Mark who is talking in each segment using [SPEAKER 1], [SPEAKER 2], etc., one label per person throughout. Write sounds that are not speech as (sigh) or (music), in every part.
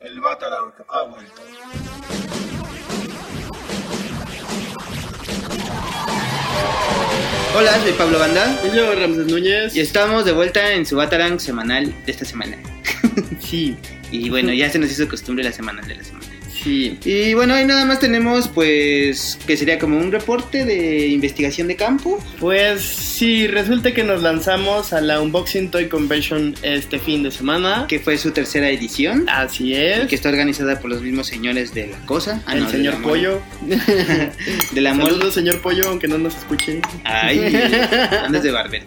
[SPEAKER 1] El Batarang ha vuelto.
[SPEAKER 2] Hola, soy Pablo Banda
[SPEAKER 3] Y yo, Ramses Núñez.
[SPEAKER 2] y estamos de vuelta en su Batarang semanal de esta semana.
[SPEAKER 3] Sí,
[SPEAKER 2] Y bueno, ya se nos hizo costumbre la semanal de la semana.
[SPEAKER 3] sí.
[SPEAKER 2] Y bueno, hoy nada más tenemos pues que sería como un reporte de investigación de campo.
[SPEAKER 3] Pues sí, resulta que nos lanzamos a la Unboxing Toy Convention este fin de semana.
[SPEAKER 2] que fue su tercera edición
[SPEAKER 3] Así
[SPEAKER 2] y que
[SPEAKER 3] es.
[SPEAKER 2] está organizada por los mismos señores de la cosa. Ah,
[SPEAKER 3] el
[SPEAKER 2] no, de
[SPEAKER 3] señor
[SPEAKER 2] la mole.
[SPEAKER 3] Pollo.
[SPEAKER 2] De la mole.
[SPEAKER 3] Saludos, señor Pollo, aunque no nos escuche.
[SPEAKER 2] Ay, andas de barber.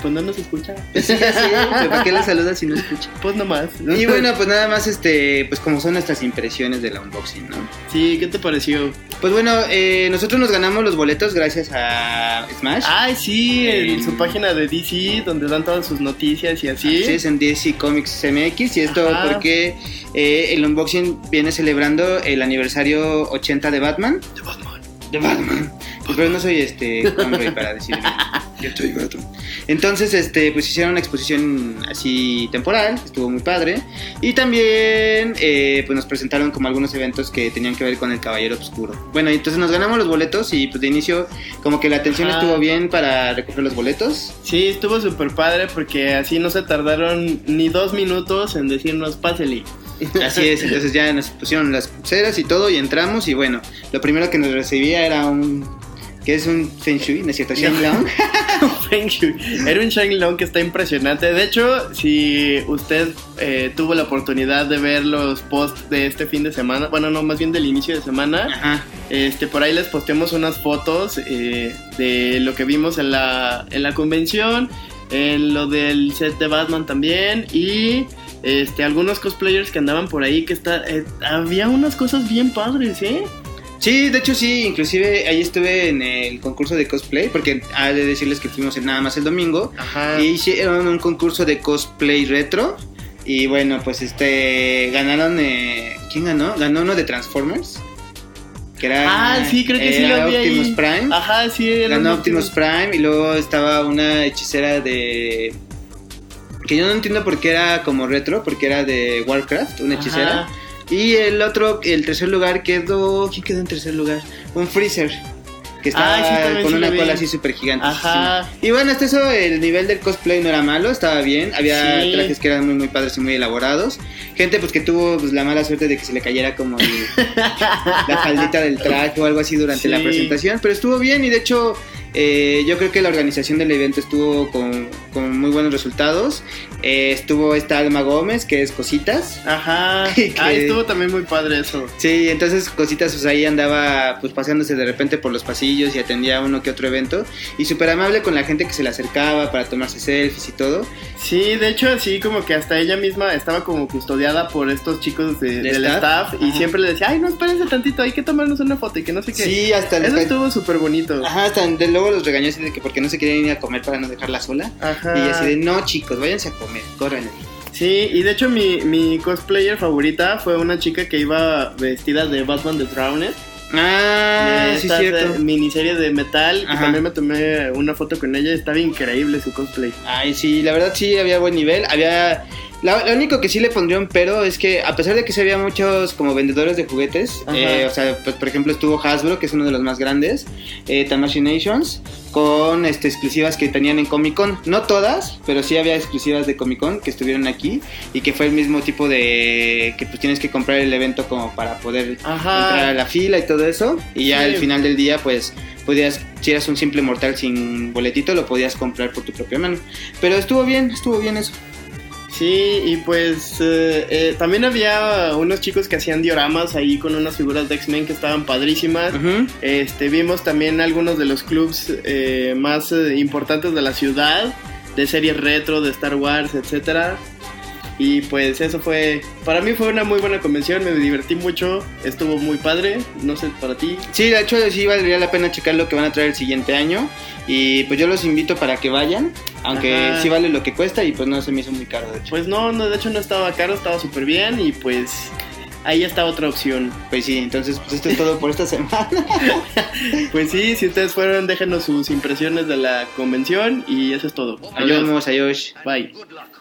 [SPEAKER 3] Pues no nos escucha.
[SPEAKER 2] Pues sí, ya sé, pero ¿para qué la saludas si no escucha?
[SPEAKER 3] Pues nomás.
[SPEAKER 2] Y bueno, pues nada más, este, pues como son nuestras impresiones de la unboxing, ¿no?
[SPEAKER 3] Sí, ¿qué te pareció?
[SPEAKER 2] Pues bueno, eh, nosotros nos ganamos los boletos gracias a Smash.
[SPEAKER 3] Ay, sí, en
[SPEAKER 2] Eh,
[SPEAKER 3] su página de DC, donde dan todas sus noticias y así.
[SPEAKER 2] Así es, en DC Comics MX y esto
[SPEAKER 3] Ajá.
[SPEAKER 2] porque eh, el unboxing viene celebrando el aniversario 80 de Batman.
[SPEAKER 3] De Batman.
[SPEAKER 2] De Batman. Pero no soy este hombre para
[SPEAKER 3] (laughs)
[SPEAKER 2] decirlo.
[SPEAKER 1] Yo estoy gato.
[SPEAKER 2] Entonces, este, pues hicieron una exposición así temporal, estuvo muy padre. Y también, eh, pues nos presentaron como algunos eventos que tenían que ver con el Caballero Oscuro. Bueno, y entonces nos ganamos los boletos y pues de inicio como que la atención
[SPEAKER 3] Ajá.
[SPEAKER 2] estuvo bien para recoger los boletos.
[SPEAKER 3] Sí, estuvo súper padre porque así no se tardaron ni dos minutos en decirnos pásele.
[SPEAKER 2] Así es, entonces ya nos pusieron las pulseras y todo y entramos y bueno, lo primero que nos recibía era un... que es un Feng Shui? ¿No es cierto?
[SPEAKER 3] (laughs)
[SPEAKER 2] Shang Long.
[SPEAKER 3] Thank you. Era un Shang Long que está impresionante. De hecho, si usted eh, tuvo la oportunidad de ver los posts de este fin de semana, bueno, no, más bien del inicio de semana,
[SPEAKER 2] Ajá.
[SPEAKER 3] este, por ahí les posteamos unas fotos eh, de lo que vimos en la, en la convención, en lo del set de Batman también y este, algunos cosplayers que andaban por ahí que está, eh, había unas cosas bien padres, ¿eh?
[SPEAKER 2] Sí, de hecho sí, inclusive ahí estuve en el concurso de cosplay, porque ha de decirles que fuimos en nada más el domingo,
[SPEAKER 3] Ajá.
[SPEAKER 2] y hicieron un concurso de cosplay retro, y bueno, pues este, ganaron, eh, ¿quién ganó? Ganó uno de Transformers, que era...
[SPEAKER 3] Ah, sí, creo que sí lo
[SPEAKER 2] era
[SPEAKER 3] vi ahí.
[SPEAKER 2] Optimus Prime,
[SPEAKER 3] Ajá, sí, era
[SPEAKER 2] ganó
[SPEAKER 3] un
[SPEAKER 2] Optimus Prime, y luego estaba una hechicera de... Que yo no entiendo por qué era como retro, porque era de Warcraft, una hechicera.
[SPEAKER 3] Ajá.
[SPEAKER 2] Y el otro, el tercer lugar quedó. ¿Quién quedó en tercer lugar? Un freezer. Que estaba
[SPEAKER 3] Ah, sí, también
[SPEAKER 2] con
[SPEAKER 3] sí
[SPEAKER 2] una
[SPEAKER 3] lo vi.
[SPEAKER 2] cola así súper gigante.
[SPEAKER 3] Ajá.
[SPEAKER 2] Y bueno, hasta eso el nivel del cosplay no era malo, estaba bien. Había
[SPEAKER 3] Sí.
[SPEAKER 2] trajes que eran muy, muy padres y muy elaborados. Gente pues que tuvo pues, la mala suerte de que se le cayera como el- la faldita del traje o algo así durante
[SPEAKER 3] Sí.
[SPEAKER 2] la presentación. Pero estuvo bien y de hecho eh, yo creo que la organización del evento estuvo con, con muy buenos resultados. Eh, estuvo esta Alma Gómez, que es Cositas. (laughs)
[SPEAKER 3] Ajá.
[SPEAKER 2] Que-
[SPEAKER 3] Ah, estuvo también muy padre eso.
[SPEAKER 2] Sí, entonces Cositas pues ahí andaba pues paseándose de repente por los pasillos y atendía uno que otro evento y súper amable con la gente que se le acercaba para tomarse selfies y todo.
[SPEAKER 3] Sí, de hecho, así como que hasta ella misma estaba como custodiada por estos chicos de-
[SPEAKER 2] ¿Del
[SPEAKER 3] del
[SPEAKER 2] staff?
[SPEAKER 3] staff, y
[SPEAKER 2] Ajá.
[SPEAKER 3] siempre le decía, ay, no, espérense tantito, hay que tomarnos una foto y que no sé qué.
[SPEAKER 2] Sí, Ah, hasta
[SPEAKER 3] Eso
[SPEAKER 2] los-
[SPEAKER 3] estuvo súper bonito.
[SPEAKER 2] Ajá, hasta de luego los regañó así de que porque no se querían ir a comer para no dejarla sola.
[SPEAKER 3] Ajá.
[SPEAKER 2] Y así de, no chicos, váyanse a comer, córranle.
[SPEAKER 3] Sí, y de hecho mi, mi cosplayer favorita fue una chica que iba vestida de Batman the Drowned.
[SPEAKER 2] Ah,
[SPEAKER 3] de
[SPEAKER 2] sí,
[SPEAKER 3] esta
[SPEAKER 2] cierto.
[SPEAKER 3] miniserie de metal, que
[SPEAKER 2] Ajá.
[SPEAKER 3] también me tomé una foto con ella, estaba increíble su cosplay.
[SPEAKER 2] Ay, sí, la verdad sí había buen nivel. Había. la- lo único que sí le pondría un pero es que, a pesar de que sí había muchos como vendedores de juguetes,
[SPEAKER 3] Ajá.
[SPEAKER 2] eh, o sea, pues, por ejemplo estuvo Hasbro, que es uno de los más grandes, eh, Tamashii Nations, con este, exclusivas que tenían en Comic Con. No todas, pero sí había exclusivas de Comic Con que estuvieron aquí y que fue el mismo tipo de. que pues tienes que comprar el evento como para poder entrar a la fila y todo eso. Y ya
[SPEAKER 3] Sí.
[SPEAKER 2] al final del día, pues, podías, si eras un simple mortal sin boletito, lo podías comprar por tu propia mano. Pero estuvo bien, estuvo bien eso.
[SPEAKER 3] Sí, y pues eh, eh, también había unos chicos que hacían dioramas ahí con unas figuras de X-Men que estaban padrísimas. Este, vimos también algunos de los clubs eh, más eh, importantes de la ciudad, de series retro, de Star Wars, etcétera. Y pues eso fue, para mí fue una muy buena convención, me divertí mucho, estuvo muy padre, no sé para ti.
[SPEAKER 2] Sí, de hecho, sí valdría la pena checar lo que van a traer el siguiente año. Y pues yo los invito para que vayan, aunque
[SPEAKER 3] Ajá.
[SPEAKER 2] sí vale lo que cuesta y pues no se me hizo muy caro, de hecho.
[SPEAKER 3] Pues no, no, de hecho no estaba caro, estaba súper bien y pues ahí está otra opción.
[SPEAKER 2] Pues sí, entonces, pues esto es todo por esta semana.
[SPEAKER 3] Pues sí, si ustedes fueron, déjenos sus impresiones de la convención y eso es todo.
[SPEAKER 2] Nos vemos, adiós.
[SPEAKER 3] Bye.
[SPEAKER 1] Good luck.